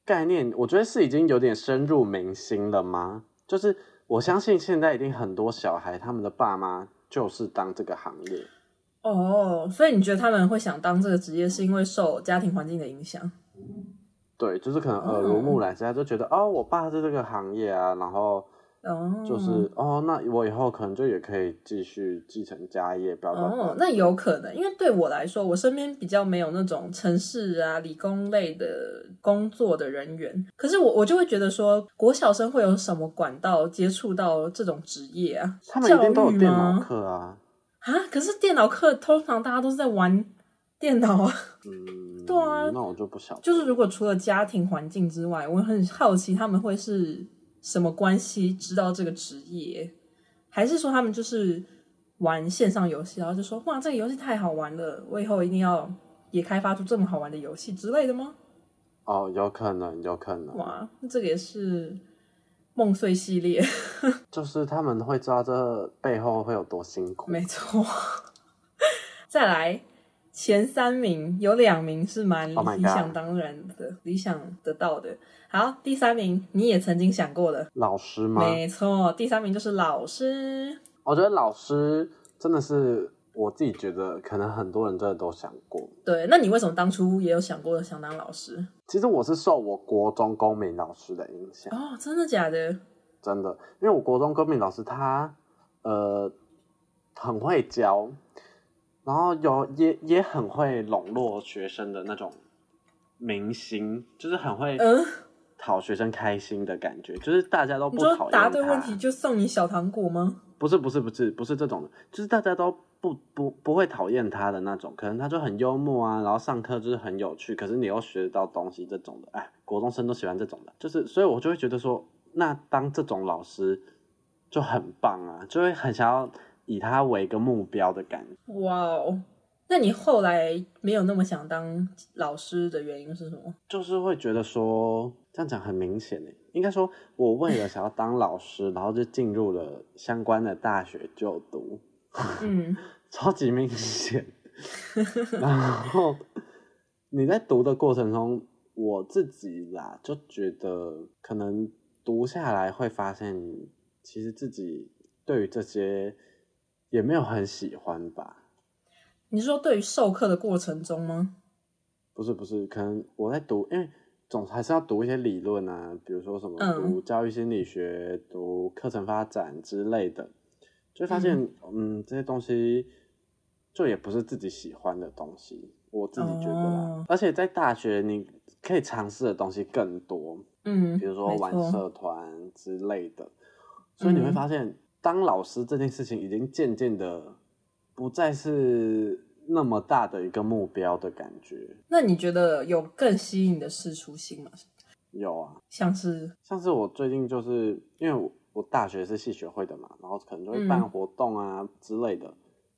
Speaker 1: 概念，我觉得是已经有点深入民心了吗？就是我相信现在一定很多小孩他们的爸妈就是当这个行业，
Speaker 2: 哦，所以你觉得他们会想当这个职业，是因为受家庭环境的影响？
Speaker 1: 对，就是可能耳濡
Speaker 2: 嗯
Speaker 1: 目染之下就觉得，哦，我爸是这个行业啊，然后
Speaker 2: 哦，
Speaker 1: 就是、哦，那我以后可能就也可以继续继承家业，不要
Speaker 2: 哦，那有可能，因为对我来说，我身边比较没有那种城市啊、理工类的工作的人员。可是我我就会觉得说，国小生会有什么管道接触到这种职业啊？
Speaker 1: 他们一定都
Speaker 2: 教育
Speaker 1: 有电脑
Speaker 2: 吗
Speaker 1: 课啊，
Speaker 2: 啊，可是电脑课通常大家都是在玩电脑啊。
Speaker 1: 嗯，
Speaker 2: 对啊
Speaker 1: 那我就不晓得，
Speaker 2: 就是如果除了家庭环境之外，我很好奇他们会是什么关系知道这个职业，还是说他们就是玩线上游戏，然后就说哇这个游戏太好玩了，我以后一定要也开发出这么好玩的游戏之类的吗？
Speaker 1: 哦，有可能，有可能，
Speaker 2: 哇，那这个也是梦碎系列，
Speaker 1: 就是他们会知道这背后会有多辛苦。
Speaker 2: 没错。再来前三名有两名是蛮
Speaker 1: Oh my
Speaker 2: 理
Speaker 1: God
Speaker 2: 想当然的、理想得到的。好，第三名你也曾经想过的。
Speaker 1: 老师吗？
Speaker 2: 没错，第三名就是老师。
Speaker 1: 我觉得老师真的是我自己觉得，可能很多人真的都想过。
Speaker 2: 对，那你为什么当初也有想过想当老师？
Speaker 1: 其实我是受我国中公民老师的影响，
Speaker 2: 哦，真的假的？
Speaker 1: 真的，因为我国中公民老师他呃很会教，然后有也也很会笼络学生的那种明星，就是很会
Speaker 2: 嗯，
Speaker 1: 讨学生开心的感觉，就是大家都
Speaker 2: 你
Speaker 1: 不讨厌
Speaker 2: 说答对问
Speaker 1: 他
Speaker 2: 题就送你小糖果吗？
Speaker 1: 不是不是不是不是这种的，就是大家都不不不会讨厌他的那种，可能他就很幽默啊，然后上课就是很有趣，可是你又学得到东西这种的，哎，国中生都喜欢这种的，就是所以我就会觉得说，那当这种老师就很棒啊，就会很想要以他为一个目标的感觉。
Speaker 2: 哇哦！那你后来没有那么想当老师的原因是什么？
Speaker 1: 就是会觉得说，这样讲很明显诶，应该说我为了想要当老师，然后就进入了相关的大学就读，
Speaker 2: 嗯，
Speaker 1: 超级明显。 然后你在读的过程中，我自己啦就觉得，可能读下来会发现，其实自己对于这些也没有很喜欢吧。
Speaker 2: 你是说对于授课的过程中吗？
Speaker 1: 不是不是，可能我在读，因为总还是要读一些理论啊，比如说什么
Speaker 2: 嗯
Speaker 1: 读教育心理学、读课程发展之类的，就会发现嗯这些东西就也不是自己喜欢的东西，我自己觉得啦。
Speaker 2: 哦
Speaker 1: 而且在大学你可以尝试的东西更多，
Speaker 2: 嗯，
Speaker 1: 比如说
Speaker 2: 没
Speaker 1: 玩
Speaker 2: 错
Speaker 1: 社团之类的。所以你会
Speaker 2: 嗯
Speaker 1: 发现，当老师这件事情已经渐渐的不再是那么大的一个目标的感觉。
Speaker 2: 那你觉得有更吸引你的事出现吗？
Speaker 1: 有啊，
Speaker 2: 像是
Speaker 1: 像是我最近就是因为我我大学是系学会的嘛，然后可能就会办
Speaker 2: 嗯
Speaker 1: 活动啊之类的，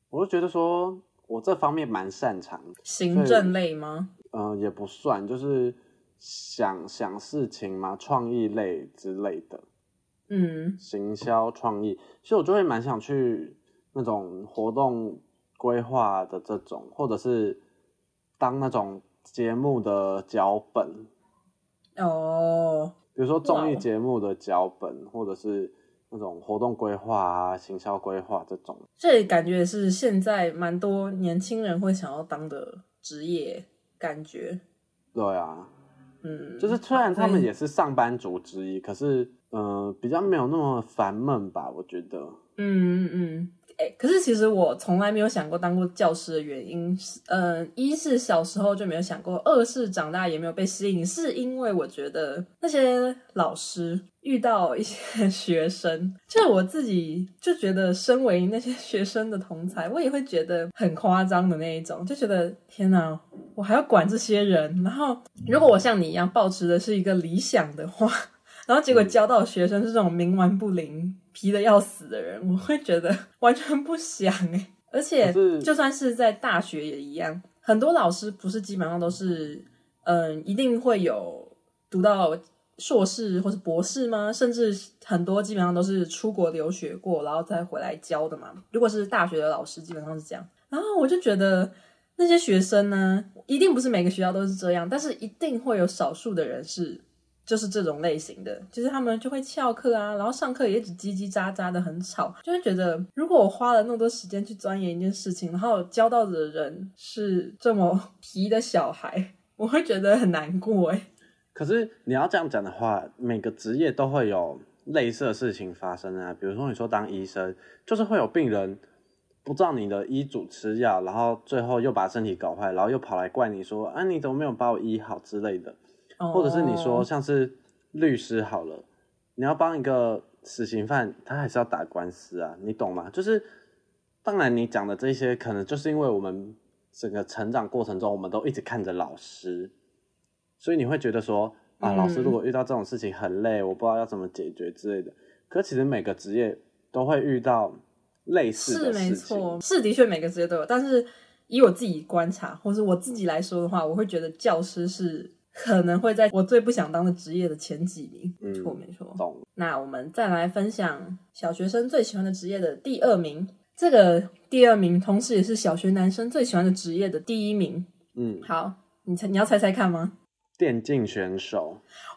Speaker 1: 我就觉得说我这方面蛮擅长的，
Speaker 2: 行政类吗？
Speaker 1: 嗯、也不算就是想想事情嘛，创意类之类的，
Speaker 2: 嗯
Speaker 1: 行销创意，所以我就会蛮想去那种活动规划的这种，或者是当那种节目的脚本，
Speaker 2: 哦，
Speaker 1: 比如说综
Speaker 2: 哇
Speaker 1: 艺
Speaker 2: 哦
Speaker 1: 节目的脚本，或者是那种活动规划啊、行销规划这种。
Speaker 2: 这感觉也是现在蛮多年轻人会想要当的职业，感觉
Speaker 1: 对啊，
Speaker 2: 嗯，
Speaker 1: 就是虽然他们
Speaker 2: 所以
Speaker 1: 也是上班族之一，可是嗯、呃比较没有那么烦闷吧，我觉得。
Speaker 2: 嗯嗯嗯，哎、可是其实我从来没有想过当过教师的原因是，嗯，一是小时候就没有想过，二是长大也没有被吸引，是因为我觉得那些老师遇到一些学生，就是我自己就觉得，身为那些学生的同才，我也会觉得很夸张的那一种，就觉得天哪，我还要管这些人。然后，如果我像你一样，抱持的是一个理想的话。 然后结果教到的学生是这种冥顽不灵、皮的要死的人，我会觉得完全不想哎、而且
Speaker 1: 可是
Speaker 2: 就算是在大学也一样，很多老师不是基本上都是，嗯，一定会有读到硕士或是博士吗？甚至很多基本上都是出国留学过，然后再回来教的嘛。如果是大学的老师，基本上是这样。然后我就觉得那些学生呢，一定不是每个学校都是这样，但是一定会有少数的人是就是这种类型的，就是他们就会翘课啊，然后上课也一直叽叽喳喳的很吵，就会觉得如果我花了那么多时间去钻研一件事情，然后教到的人是这么 皮的小孩，我会觉得很难过哎。
Speaker 1: 可是你要这样讲的话，每个职业都会有类似的事情发生啊。比如说，你说当医生，就是会有病人不照你的医嘱吃药，然后最后又把身体搞坏，然后又跑来怪你说啊，你怎么没有把我医好之类的。或者是你说
Speaker 2: 哦
Speaker 1: 像是律师好了，你要帮一个死刑犯，他还是要打官司啊，你懂吗？就是当然你讲的这些，可能就是因为我们整个成长过程中，我们都一直看着老师，所以你会觉得说啊，
Speaker 2: 嗯
Speaker 1: 老师如果遇到这种事情很累，我不知道要怎么解决之类的。可其实每个职业都会遇到类似
Speaker 2: 是
Speaker 1: 的
Speaker 2: 没
Speaker 1: 事情
Speaker 2: 错，，是的确每个职业都有，但是以我自己观察，或是我自己来说的话，我会觉得教师是可能会在我最不想当的职业的前几名。
Speaker 1: 嗯
Speaker 2: 没错，没错。
Speaker 1: 懂？
Speaker 2: 那我们再来分享小学生最喜欢的职业的第二名，这个第二名同时也是小学男生最喜欢的职业的第一名。
Speaker 1: 嗯，
Speaker 2: 好，你猜你要猜猜 看吗？
Speaker 1: 电竞选手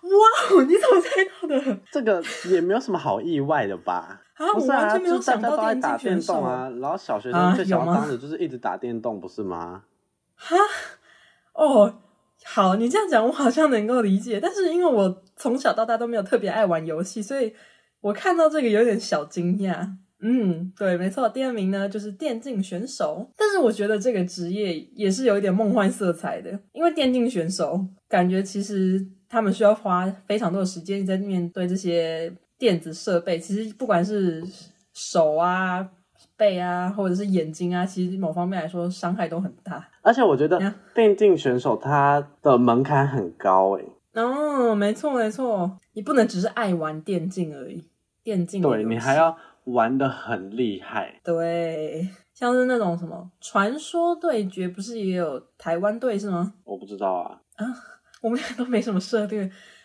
Speaker 2: 哇，你怎么猜到的？
Speaker 1: 这个也没有什么好意外的吧？
Speaker 2: 啊，
Speaker 1: 不
Speaker 2: 我
Speaker 1: 是啊，
Speaker 2: 完全没有
Speaker 1: 就是
Speaker 2: 想
Speaker 1: 大家
Speaker 2: 到
Speaker 1: 都在
Speaker 2: 电竞
Speaker 1: 打
Speaker 2: 选
Speaker 1: 电
Speaker 2: 手
Speaker 1: 动啊，然后小学生
Speaker 2: 啊
Speaker 1: 最想
Speaker 2: 有
Speaker 1: 要
Speaker 2: 吗
Speaker 1: 当的就是一直打电动，不是吗？
Speaker 2: 哈，哦，好，你这样讲我好像能够理解，但是因为我从小到大都没有特别爱玩游戏，所以我看到这个有点小惊讶。嗯，对，没错，第二名呢就是电竞选手，但是我觉得这个职业也是有一点梦幻色彩的，因为电竞选手感觉其实他们需要花非常多的时间在面对这些电子设备，其实不管是手啊、背啊，或者是眼睛啊，其实某方面来说伤害都很大。
Speaker 1: 而且我觉得
Speaker 2: 呀
Speaker 1: 电竞选手他的门槛很高欸诶、
Speaker 2: 哦，没错没错，你不能只是爱玩电竞而已，电竞的
Speaker 1: 对
Speaker 2: 游
Speaker 1: 你
Speaker 2: 戏
Speaker 1: 还要玩的很厉害。
Speaker 2: 对，像是那种什么传说对决，不是也有台湾队是吗？
Speaker 1: 我不知道啊，
Speaker 2: 我们俩都没什么涉猎，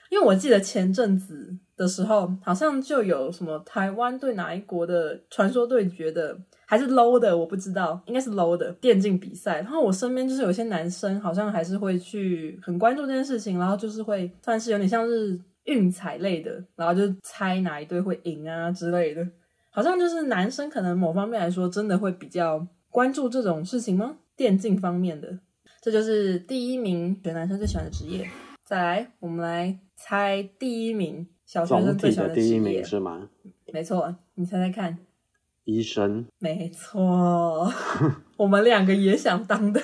Speaker 2: 因为我记得前阵子的时候，好像就有什么台湾对哪一国的传说对决的，还是 low 的，我不知道，应该是 low 的电竞比赛。然后我身边就是有些男生，好像还是会去很关注这件事情，然后就是会算是有点像是运彩类的，然后就猜哪一队会赢啊之类的。好像就是男生可能某方面来说，真的会比较关注这种事情吗？电竞方面的，这就是第一名学男生最喜欢的职业。再来，我们来猜第一名小学
Speaker 1: 总
Speaker 2: 生最
Speaker 1: 体
Speaker 2: 喜欢
Speaker 1: 的
Speaker 2: 职
Speaker 1: 第一
Speaker 2: 业
Speaker 1: 名。是吗？
Speaker 2: 没错，你猜猜看。
Speaker 1: 医生，
Speaker 2: 没错，我们两个也想当的。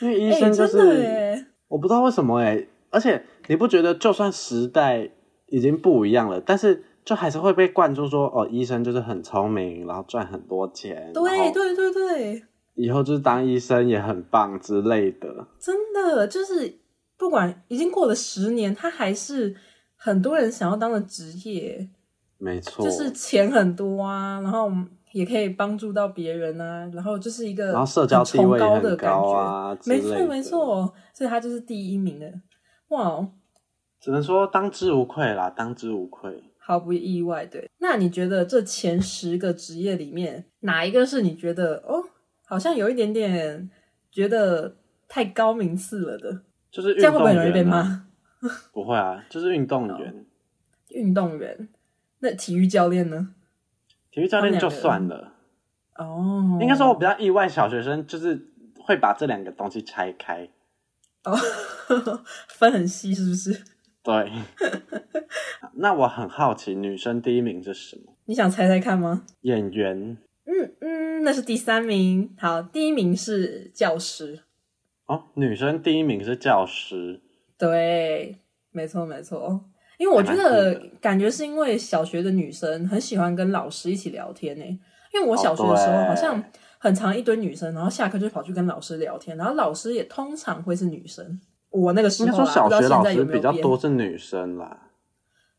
Speaker 1: 因 为医
Speaker 2: 哎，
Speaker 1: 生就
Speaker 2: 真
Speaker 1: 是、
Speaker 2: 的耶，
Speaker 1: 欸我不知道为什么诶、而且你不觉得就算时代已经不一样了，但是就还是会被灌输说，哦，医生就是很聪明，然后赚很多钱，然
Speaker 2: 对
Speaker 1: 后
Speaker 2: 对对对，
Speaker 1: 以后就是当医生也很棒之类的。
Speaker 2: 真的就是不管已经过了十年，它还是很多人想要当的职业，
Speaker 1: 没错，
Speaker 2: 就是钱很多啊，然后也可以帮助到别人啊，然后就是一个
Speaker 1: 然后社交地位也
Speaker 2: 很
Speaker 1: 很
Speaker 2: 崇的感
Speaker 1: 高
Speaker 2: 觉，
Speaker 1: 啊，之
Speaker 2: 没
Speaker 1: 类
Speaker 2: 错
Speaker 1: 的
Speaker 2: 没，错，所以他就是第一名的，哇，哦
Speaker 1: 只能说当之无愧啦，当之无愧。
Speaker 2: 毫不意外，对。那你觉得这前十个职业里面，哪一个是你觉得哦，好像有一点点觉得太高名次了的？
Speaker 1: 就是运
Speaker 2: 这样会不
Speaker 1: 动
Speaker 2: 会很容易被
Speaker 1: 员、
Speaker 2: 骂？
Speaker 1: 啊，不会啊，就是运动
Speaker 2: 哦
Speaker 1: 员、
Speaker 2: 运动员，那体育教练呢？
Speaker 1: 体育教练就
Speaker 2: 他们两个
Speaker 1: 算了。
Speaker 2: 哦，
Speaker 1: 应该说，我比较意外，小学生就是会把这两个东西拆开。
Speaker 2: 哦， 分很细是不是？
Speaker 1: 对，那我很好奇，女生第一名是什么？
Speaker 2: 你想猜猜看吗？
Speaker 1: 演员
Speaker 2: 嗯嗯，那是第三名。好，第一名是教师，
Speaker 1: 哦，女生第一名是教师，
Speaker 2: 对，没错没错。因为我觉
Speaker 1: 还蛮
Speaker 2: 得
Speaker 1: 酷的
Speaker 2: 感觉是因为小学的女生很喜欢跟老师一起聊天呢、欸因为我
Speaker 1: 哦
Speaker 2: 小学的时候
Speaker 1: 对
Speaker 2: 好像很常一堆女生，然后下课就跑去跟老师聊天，然后老师也通常会是女生。我那个时
Speaker 1: 应该
Speaker 2: 候
Speaker 1: 说
Speaker 2: 啊，
Speaker 1: 小
Speaker 2: 不
Speaker 1: 学
Speaker 2: 知道
Speaker 1: 老
Speaker 2: 现在有
Speaker 1: 师
Speaker 2: 没有
Speaker 1: 比较
Speaker 2: 变
Speaker 1: 多是女生啦。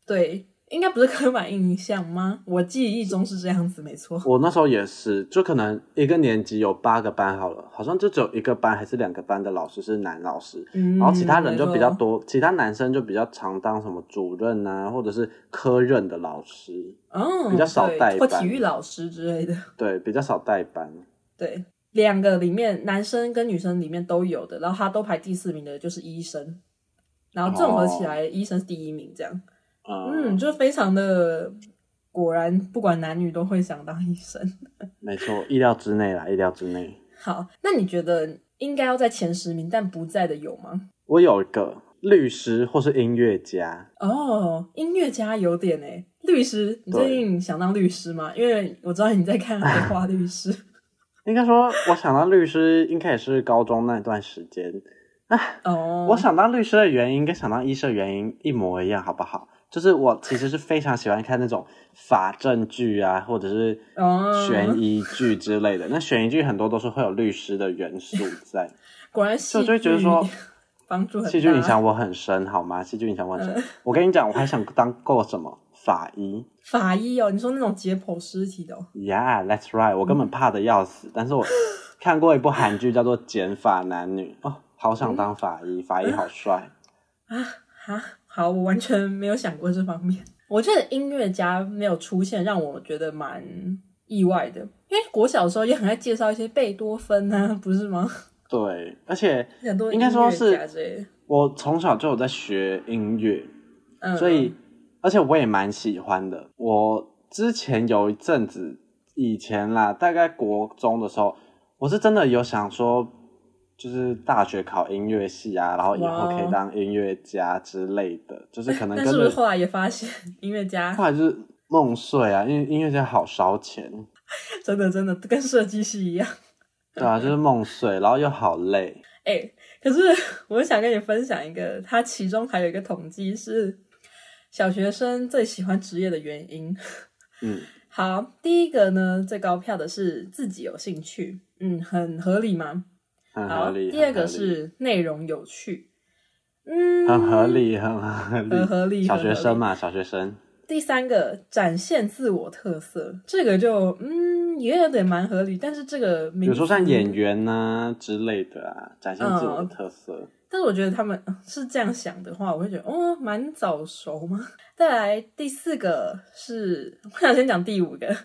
Speaker 2: 对，应该不是刻板印象吗？我记忆中是这样子，没错。
Speaker 1: 我那时候也是，就可能一个年级有八个班好了，好像就只有一个班还是两个班的老师是男老师，
Speaker 2: 嗯，
Speaker 1: 然后其他人就比较
Speaker 2: 没错。
Speaker 1: 多，其他男生就比较常当什么主任啊，或者是科任的老师，
Speaker 2: 嗯，
Speaker 1: 比较少
Speaker 2: 对
Speaker 1: 带
Speaker 2: 或
Speaker 1: 班
Speaker 2: 体育老师之类的。
Speaker 1: 对，比较少带班。
Speaker 2: 对，两个里面男生跟女生里面都有的，然后他都排第四名的就是医生，然后综合起来，医生是第一名这样。嗯，
Speaker 1: 嗯，
Speaker 2: 就非常的，果然不管男女都会想当医生。
Speaker 1: 没错，意料之内啦，意料之内。
Speaker 2: 好，那你觉得应该要在前十名但不在的有吗？
Speaker 1: 我有一个律师或是音乐家，
Speaker 2: 哦，音乐家有点诶，律师，你
Speaker 1: 对
Speaker 2: 最近想当律师吗？因为我知道你在看《葵花律师》
Speaker 1: 应该说我想当律师，应该也是高中那段时间。
Speaker 2: 哦，
Speaker 1: 我想当律师的原因跟想当医生的原因一模一样，好不好？就是我其实是非常喜欢看那种法证剧啊，或者是
Speaker 2: 哦
Speaker 1: 悬疑剧之类的。那悬疑剧很多都是会有律师的元素在，
Speaker 2: 果然戏
Speaker 1: 所以我就会觉得说
Speaker 2: 剧帮助很大。
Speaker 1: 戏剧影响我很深，好吗？戏剧影响我很深。我跟你讲，我还想当过什么法医
Speaker 2: 法医哦，你说那种解剖尸体的、哦，
Speaker 1: ？Yeah，that's right。我根本怕的要死，但是我看过一部韩剧叫做《减法男女》，哦，好想当法医，法医好帅。
Speaker 2: 啊哈，好，我完全没有想过这方面。 我觉得音乐家没有出现，让我觉得蛮意外的，因为国小的时候也很爱介绍一些贝多芬啊， 不是吗？
Speaker 1: 对，而且
Speaker 2: 很多
Speaker 1: 应
Speaker 2: 音
Speaker 1: 该说
Speaker 2: 乐
Speaker 1: 是
Speaker 2: 家之类的，
Speaker 1: 我从小就有在学音乐，
Speaker 2: 嗯，
Speaker 1: 所以而且我也蛮喜欢的。我之前有一阵子以前啦，大概国中的时候，我是真的有想说，就是大学考音乐系啊，然后以后
Speaker 2: 哇哦
Speaker 1: 可以当音乐家之类的，就是可能
Speaker 2: 但
Speaker 1: 跟
Speaker 2: 是不是
Speaker 1: 着
Speaker 2: 后来也发现音乐家
Speaker 1: 后来就是梦碎啊，因为音乐家好烧钱，
Speaker 2: 嗯真的真的跟设计系一样？
Speaker 1: 对啊，就是梦碎，然后又好累。
Speaker 2: 哎、可是 我想跟你分享一个，它其中还有一个统计是小学生最喜欢职业的原因。
Speaker 1: 嗯，
Speaker 2: 好，第一个呢，最高票的是自己有兴趣，嗯，很合理嘛。
Speaker 1: 很合
Speaker 2: 好，
Speaker 1: 理。
Speaker 2: 第二个
Speaker 1: 很合理
Speaker 2: 是内容有趣，嗯，
Speaker 1: 很合。理，很合理，
Speaker 2: 很合理
Speaker 1: 小
Speaker 2: 很合
Speaker 1: 学生
Speaker 2: 理
Speaker 1: 嘛，小学生。
Speaker 2: 第三个展现自我特色，这个就嗯也有点蛮合理，但是这个
Speaker 1: 比
Speaker 2: 名
Speaker 1: 如说像
Speaker 2: 词
Speaker 1: 演，员呐、之类的啊，展现自我的
Speaker 2: 嗯
Speaker 1: 特色。
Speaker 2: 但是我觉得他们呃是这样想的话，我会觉得哦蛮早熟嘛。 再来第四个是，我想先讲第五个。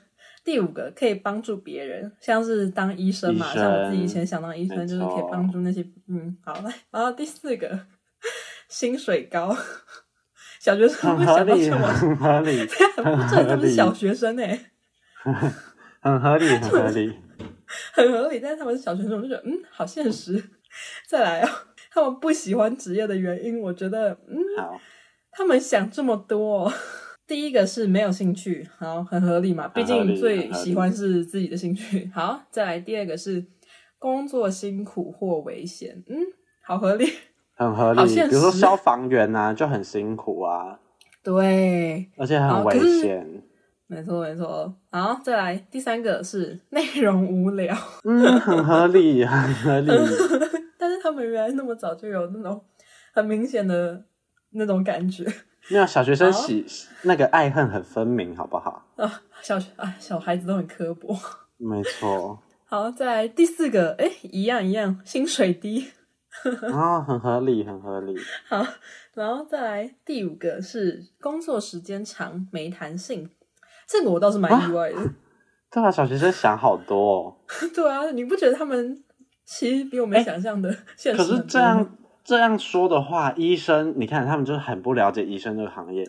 Speaker 2: 第五个可以帮助别人，像是当医生嘛，
Speaker 1: 医生
Speaker 2: 像我自己以前想当医
Speaker 1: 没
Speaker 2: 生，就是可以
Speaker 1: 错
Speaker 2: 帮助那些嗯，好来，然后第四个薪水高，小学
Speaker 1: 很
Speaker 2: 生会
Speaker 1: 合
Speaker 2: 想到
Speaker 1: 理，
Speaker 2: 这么，啊
Speaker 1: 很合理，
Speaker 2: 这都
Speaker 1: 合
Speaker 2: 是
Speaker 1: 理
Speaker 2: 小学生哎、
Speaker 1: 很合理，很合 理。
Speaker 2: 很合理，但是他们是小学生，我就觉得嗯，好现实。 再来哦，他们不喜欢职业的原因，我觉得嗯，
Speaker 1: 好，
Speaker 2: 他们想这么多、 第一个是没有兴趣，好，很合理嘛，
Speaker 1: 很
Speaker 2: 毕
Speaker 1: 合理
Speaker 2: 竟最喜欢是自己的兴趣。好，再来第二个是工作辛苦或危险， 嗯，好合理。
Speaker 1: 很合
Speaker 2: 好
Speaker 1: 理。
Speaker 2: 现
Speaker 1: 比如说
Speaker 2: 实
Speaker 1: 消防员呐、就很辛苦啊，
Speaker 2: 对，
Speaker 1: 而且很
Speaker 2: 哦可
Speaker 1: 危
Speaker 2: 是
Speaker 1: 险。
Speaker 2: 没错没错。好，再来第三个是内容无聊，
Speaker 1: 嗯，很合理，很合理。
Speaker 2: 但是他们原来那么早就有那种很明显的那种感觉。
Speaker 1: 没有小学生
Speaker 2: 好
Speaker 1: 喜那个爱恨很分明，好不好？
Speaker 2: 啊，小学啊，小孩子都很刻薄。
Speaker 1: 没错，
Speaker 2: 好，再来第四个，哎，一样一样，薪水低。
Speaker 1: 然后啊很合理，很合理。
Speaker 2: 好，然后再来第五个是工作时间长，没弹性。这个我倒是蛮意外的。
Speaker 1: 对啊，小学生想好多、哦。
Speaker 2: 对啊，你不觉得他们其实比我们想象的 嗯现实
Speaker 1: 哎可
Speaker 2: 很
Speaker 1: 是
Speaker 2: 多吗？
Speaker 1: 这样这样说的话，医生，你看他们就是很不了解医生这个行业。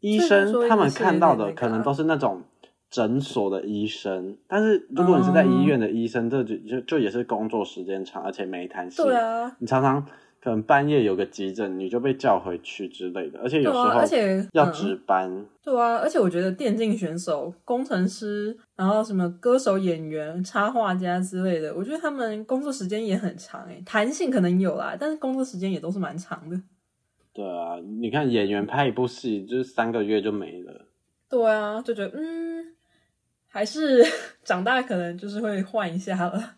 Speaker 1: 医
Speaker 2: 所以说
Speaker 1: 生
Speaker 2: 医
Speaker 1: 他们
Speaker 2: 生是
Speaker 1: 看
Speaker 2: 有
Speaker 1: 到
Speaker 2: 点
Speaker 1: 的
Speaker 2: 那
Speaker 1: 可
Speaker 2: 个
Speaker 1: 能
Speaker 2: 啊
Speaker 1: 都是那种诊所的医生，但是如果你是在医院的医生，这就就就也是工作时间长，而且没弹性。
Speaker 2: 对啊，
Speaker 1: 你常常可能半夜有个急诊，你就被叫回去之类的，而且有
Speaker 2: 对
Speaker 1: 时
Speaker 2: 啊，
Speaker 1: 候
Speaker 2: 而且
Speaker 1: 要
Speaker 2: 嗯
Speaker 1: 值班。
Speaker 2: 对啊，而且我觉得电竞选手、工程师，然后什么歌手、演员、插画家之类的，我觉得他们工作时间也很长诶、弹性可能有啦，但是工作时间也都是蛮长的。
Speaker 1: 对啊，你看演员拍一部戏就是三个月就没了。
Speaker 2: 对啊，就觉得嗯，还是 长大可能就是会换一下了。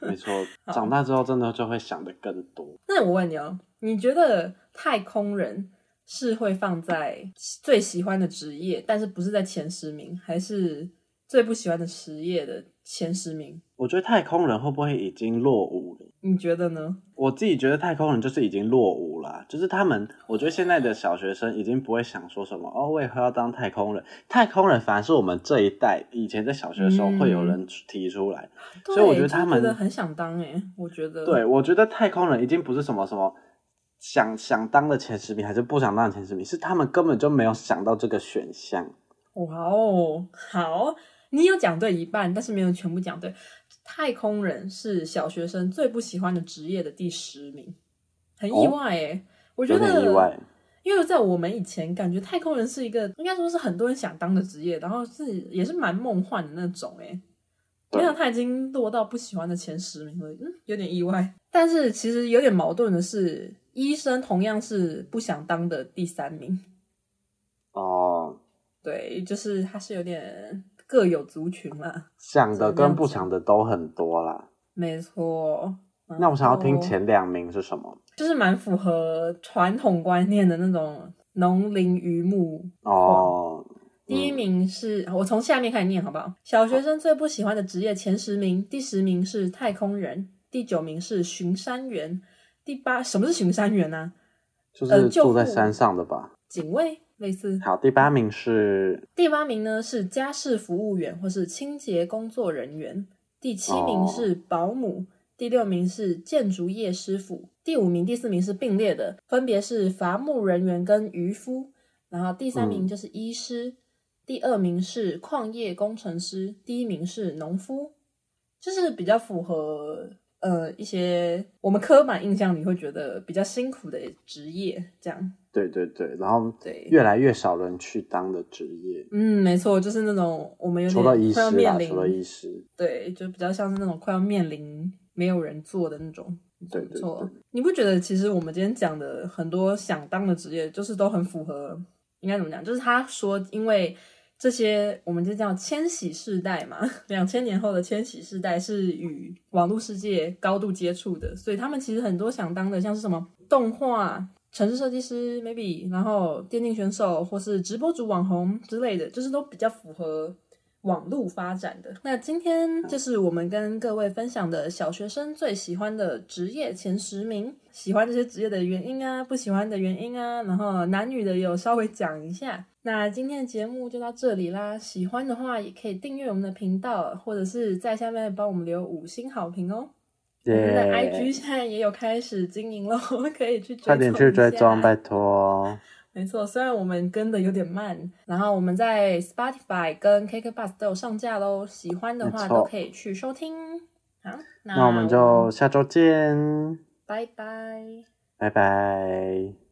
Speaker 1: 没 错，
Speaker 2: 哦
Speaker 1: 长大之后真的就会想的更多。
Speaker 2: 那我问你哦，你觉得太空人是会放在最喜欢的职业，但是不是在前十名，还是最不喜欢的职业的前十名？
Speaker 1: 我觉得太空人会不会已经落伍了？
Speaker 2: 你觉得呢？
Speaker 1: 我自己觉得太空人就是已经落伍啦，就是他们，我觉得现在的小学生已经不会想说什么哦，为何要当太空人？太空人反而是我们这一代以前在小学的时候
Speaker 2: 嗯
Speaker 1: 会有人提出来。
Speaker 2: 对
Speaker 1: 所以我觉得他们
Speaker 2: 就很想当诶、我觉得
Speaker 1: 对，我觉得太空人已经不是什么什么想想当的前十名，还是不想当的前十名，是他们根本就没有想到这个选项。
Speaker 2: 哇哦，好，你有讲对一半，但是没有全部讲对。太空人是小学生最不喜欢的职业的第十名，很意外诶、我觉
Speaker 1: 哦有
Speaker 2: 得
Speaker 1: 点意外，
Speaker 2: 因为在我们以前，感觉太空人是一个应该说是很多人想当的职业，然后是也是蛮梦幻的那种哎、
Speaker 1: 对
Speaker 2: 没想到他已经落到不喜欢的前十名了，嗯，有点意外。但是其实有点矛盾的是，医生同样是不想当的第三名，
Speaker 1: 哦，
Speaker 2: 对，就是他是有点各有族群啦。
Speaker 1: 想的
Speaker 2: 怎么样
Speaker 1: 跟不想的都很多啦。
Speaker 2: 没错。然后
Speaker 1: 那我想要
Speaker 2: 哦
Speaker 1: 听前两名是什么？
Speaker 2: 就是蛮符合传统观念的那种农林渔牧
Speaker 1: 哦，
Speaker 2: 第一名是、我从下面开始念好不好？小学生最不喜欢的职业前十名，第十名是太空人，第九名是巡山员，第八什么是巡山员呢、
Speaker 1: 就
Speaker 2: 呃
Speaker 1: 是
Speaker 2: 救
Speaker 1: 住在
Speaker 2: 护
Speaker 1: 山上的吧。
Speaker 2: 警卫类似。
Speaker 1: 好，第八名是
Speaker 2: 第八名呢是家事服务员或是清洁工作人员，第七名
Speaker 1: 哦
Speaker 2: 是保姆。第六名是建筑业师傅，第五名、第四名是并列的，分别是伐木人员跟渔夫。然后第三名
Speaker 1: 嗯
Speaker 2: 就是医师，第二名是矿业工程师，第一名是农夫，就是比较符合呃一些我们刻板印象里会觉得比较辛苦的职业。这样
Speaker 1: 对对对，然后
Speaker 2: 对，
Speaker 1: 越来越少人去当的职业，
Speaker 2: 嗯，没错，就是那种我们有
Speaker 1: 除了
Speaker 2: 点
Speaker 1: 医
Speaker 2: 快要
Speaker 1: 师啦
Speaker 2: 面，临
Speaker 1: 除了医师，
Speaker 2: 对，就比较像是那种快要面临没有人做的那种。
Speaker 1: 对
Speaker 2: 没
Speaker 1: 对
Speaker 2: 错，
Speaker 1: 对
Speaker 2: 你不觉得其实我们今天讲的很多想当的职业，就是都很符合，应该怎么讲？就是他说，因为这些我们就叫千禧世代嘛，两千年后的千禧世代是与网络世界高度接触的，所以他们其实很多想当的，像是什么动画。城市设计师，maybe，然后电竞选手或是直播主、网红之类的，就是都比较符合网络发展的。那今天就是我们跟各位分享的小学生最喜欢的职业前十名，喜欢这些职业的原因啊，不喜欢的原因啊，然后男女的有稍微讲一下。那今天的节目就到这里啦，喜欢的话也可以订阅我们的频道，或者是在下面帮我们留五星好评哦。我们的 IG
Speaker 1: 耶，
Speaker 2: 现在也有开始经营喽， 可以去追踪
Speaker 1: 快点去追
Speaker 2: 一下
Speaker 1: 踪，拜托。
Speaker 2: 没错，虽然我们跟的有点慢，然后我们在 Spotify 跟 KKBus 都有上架喽，喜欢的话
Speaker 1: 没错
Speaker 2: 都可以去收听。好，那
Speaker 1: 那我们就下周见，
Speaker 2: 拜拜。
Speaker 1: 拜拜。